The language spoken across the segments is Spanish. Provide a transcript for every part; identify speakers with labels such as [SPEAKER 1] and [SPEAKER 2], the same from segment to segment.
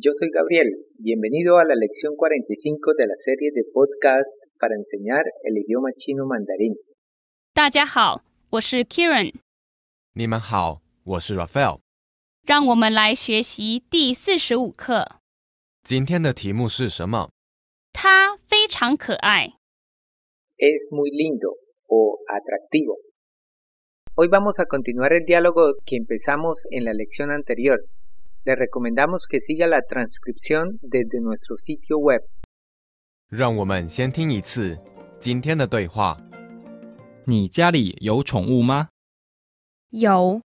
[SPEAKER 1] Yo soy Gabriel. Bienvenido a la lección 45 de la serie de podcast para enseñar el idioma chino mandarín.
[SPEAKER 2] 大家好，我是 Kieran，
[SPEAKER 3] 你们好，我是 Raphael。
[SPEAKER 2] 让我们来学习第四十五课。
[SPEAKER 3] 今天的题目是什么？
[SPEAKER 2] 他非常可爱。
[SPEAKER 1] Es muy lindo o atractivo. Hoy vamos a continuar el diálogo que empezamos en la lección anterior. Le recomendamos que siga la transcripción desde nuestro sitio web.
[SPEAKER 3] 让我们先听一次今天的对话。
[SPEAKER 4] 你家里有宠物吗？
[SPEAKER 5] 有，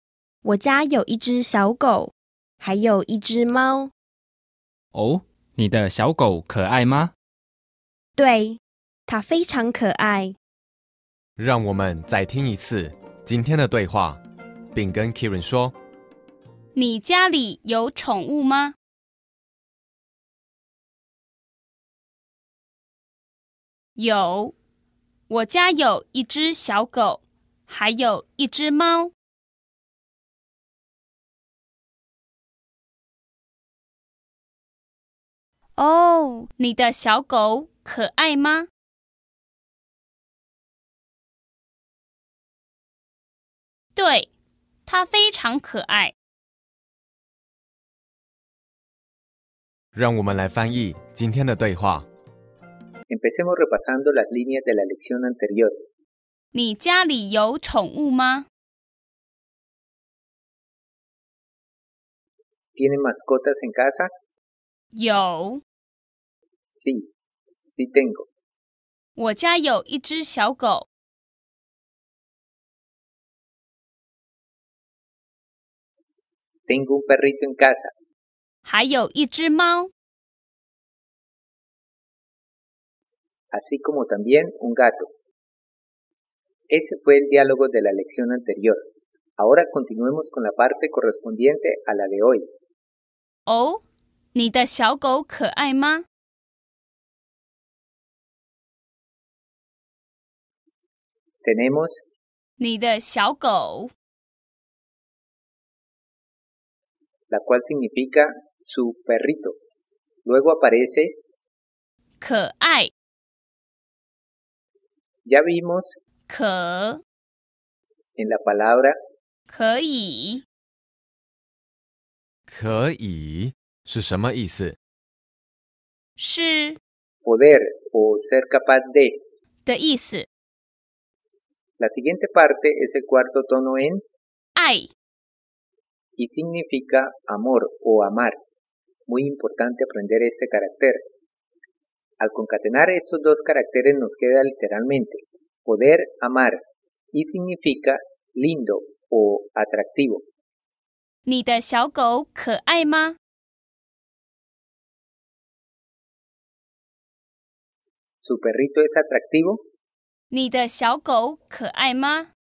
[SPEAKER 5] 我家有一只小狗，还有一只猫。
[SPEAKER 4] 哦，你的小狗可爱吗？
[SPEAKER 5] 对，它非常可爱。
[SPEAKER 3] 让我们再听一次今天的对话，并跟 Kieran 说。
[SPEAKER 2] 你家里有宠物吗？有，我家有一只小狗，还有一只猫。哦，你的小狗可爱吗？对，它非常可爱。
[SPEAKER 3] 让我们来翻译今天的对话。
[SPEAKER 1] Empecemos repasando las líneas de la lección anterior.
[SPEAKER 2] 你家里有宠物吗？
[SPEAKER 1] ¿Tienen mascotas en casa?
[SPEAKER 2] 有，
[SPEAKER 1] Sí, sí tengo.
[SPEAKER 2] 我家有一只小狗。
[SPEAKER 1] Tengo un perrito en casa.
[SPEAKER 2] 还有一只猫，
[SPEAKER 1] así como también un gato. Ese fue el diálogo de la lección anterior. Ahora continuemos con la parte correspondiente a la de hoy.
[SPEAKER 2] 哦，你的小狗可爱吗？
[SPEAKER 1] Tenemos
[SPEAKER 2] 你的小狗，
[SPEAKER 1] la cual significa su perrito. Luego aparece,
[SPEAKER 2] 可爱，
[SPEAKER 1] ya vimos
[SPEAKER 2] 可
[SPEAKER 1] en la palabra
[SPEAKER 2] 可以，
[SPEAKER 3] 可以是什么意思？
[SPEAKER 2] 是
[SPEAKER 1] poder o ser capaz de.
[SPEAKER 2] 的意思，
[SPEAKER 1] La siguiente parte es el cuarto tono en
[SPEAKER 2] 爱，
[SPEAKER 1] y significa amor o amar. Muy importante aprender este carácter. Al concatenar estos dos caracteres nos queda literalmente poder amar y significa lindo o atractivo.
[SPEAKER 2] 你的小狗可爱吗？
[SPEAKER 1] ¿Su perrito es atractivo?
[SPEAKER 2] 你的小狗可爱吗？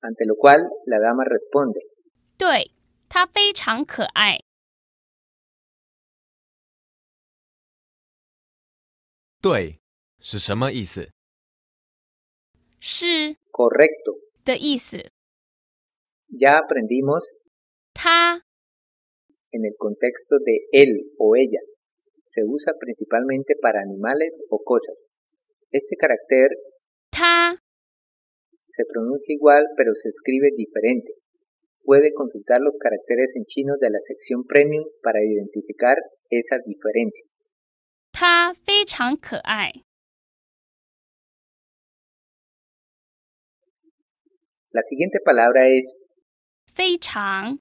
[SPEAKER 1] Ante lo cual la dama responde.
[SPEAKER 2] 对，它非常可爱。
[SPEAKER 3] 对是什么意思？
[SPEAKER 2] 是
[SPEAKER 1] Correcto.
[SPEAKER 2] 的意思，
[SPEAKER 1] Ya aprendimos
[SPEAKER 2] 它
[SPEAKER 1] en el contexto de él o ella. Se usa principalmente para animales o cosas. Este carácter
[SPEAKER 2] 它。
[SPEAKER 1] se pronuncia igual pero se escribe diferente. Puede consultar los caracteres en chino de la sección premium para identificar esa diferencia.
[SPEAKER 2] 它非常可爱。
[SPEAKER 1] La siguiente palabra es
[SPEAKER 2] 非常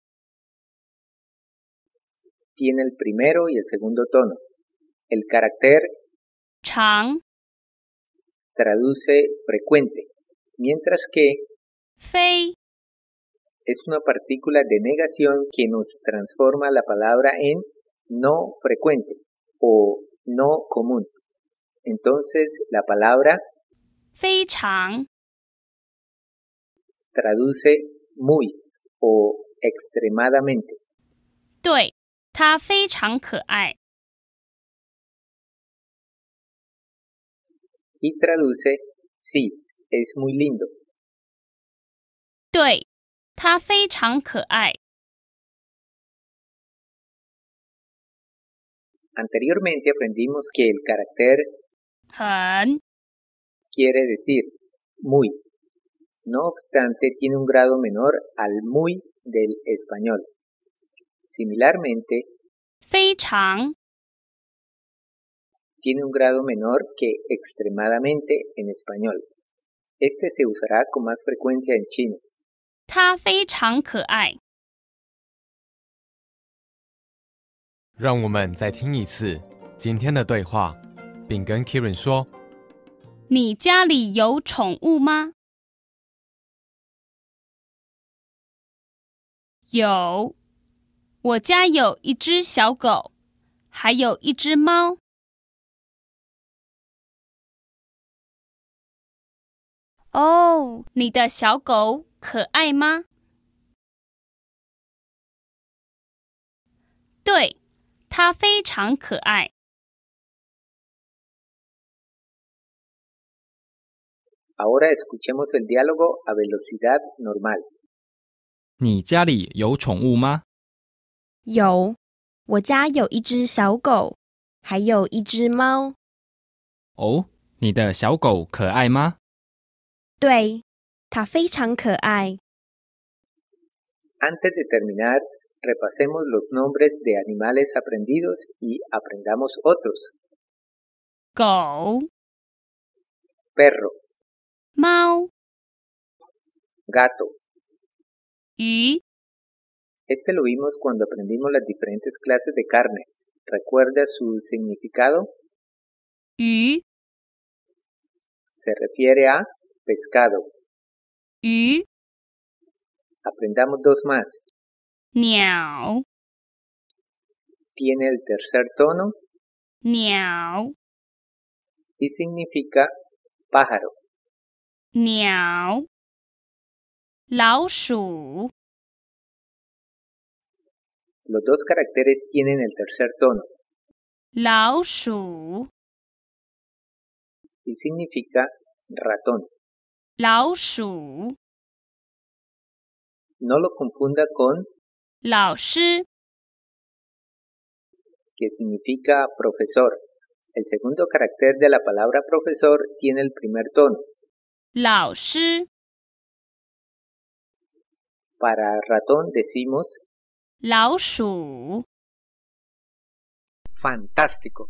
[SPEAKER 1] tiene el primero y el segundo tono. El carácter
[SPEAKER 2] 长
[SPEAKER 1] traduce frecuente, mientras que
[SPEAKER 2] 非
[SPEAKER 1] es una partícula de negación que nos transforma la palabra en no frecuente o no común. Entonces la palabra
[SPEAKER 2] 非常
[SPEAKER 1] traduce muy o extremadamente.
[SPEAKER 2] 对，它非常可爱。
[SPEAKER 1] y traduce, sí, es muy lindo.
[SPEAKER 2] 对，它非常可爱。
[SPEAKER 1] Anteriormente aprendimos que el carácter
[SPEAKER 2] 很
[SPEAKER 1] quiere decir muy. No obstante, tiene un grado menor al muy del español. Similarmente,
[SPEAKER 2] 非常
[SPEAKER 1] tiene un grado menor que extremadamente en español. Este se usará con más frecuencia en chino.
[SPEAKER 2] 它非常可爱。
[SPEAKER 3] 让我们再听一次今天的对话，并跟 Kirin 说。
[SPEAKER 2] 你家里有宠物吗？有，我家有一只小狗，还有一只猫。哦，你的小狗可爱吗？对，它非常可爱。
[SPEAKER 1] Ahora escuchemos el diálogo a velocidad normal.
[SPEAKER 4] 你家里有宠物吗？
[SPEAKER 5] 有，我家有一只小狗，还有一只猫。
[SPEAKER 4] 哦，你的小狗可爱吗？
[SPEAKER 5] 对，它非常可爱。
[SPEAKER 1] Antes de terminar, repasemos los nombres de animales aprendidos y aprendamos otros.
[SPEAKER 2] 狗、
[SPEAKER 1] Perro,
[SPEAKER 2] 猫、
[SPEAKER 1] gato.
[SPEAKER 2] 鱼、
[SPEAKER 1] Este lo vimos cuando aprendimos las diferentes clases de carne. ¿Recuerda su significado?
[SPEAKER 2] 鱼、
[SPEAKER 1] Se refiere a pescado.
[SPEAKER 2] 鱼、
[SPEAKER 1] Aprendamos dos más.
[SPEAKER 2] 鸟、
[SPEAKER 1] Tiene el tercer tono
[SPEAKER 2] 鸟、
[SPEAKER 1] y significa pájaro.
[SPEAKER 2] 鸟、老鼠、
[SPEAKER 1] Los dos caracteres tienen el tercer tono
[SPEAKER 2] 老鼠、
[SPEAKER 1] y significa ratón.
[SPEAKER 2] 老鼠、
[SPEAKER 1] No lo confunda con
[SPEAKER 2] 老师、
[SPEAKER 1] que significa profesor. El segundo carácter de la palabra profesor tiene el primer tono.
[SPEAKER 2] 老师、
[SPEAKER 1] Para ratón decimos
[SPEAKER 2] 老鼠。
[SPEAKER 1] fantástico.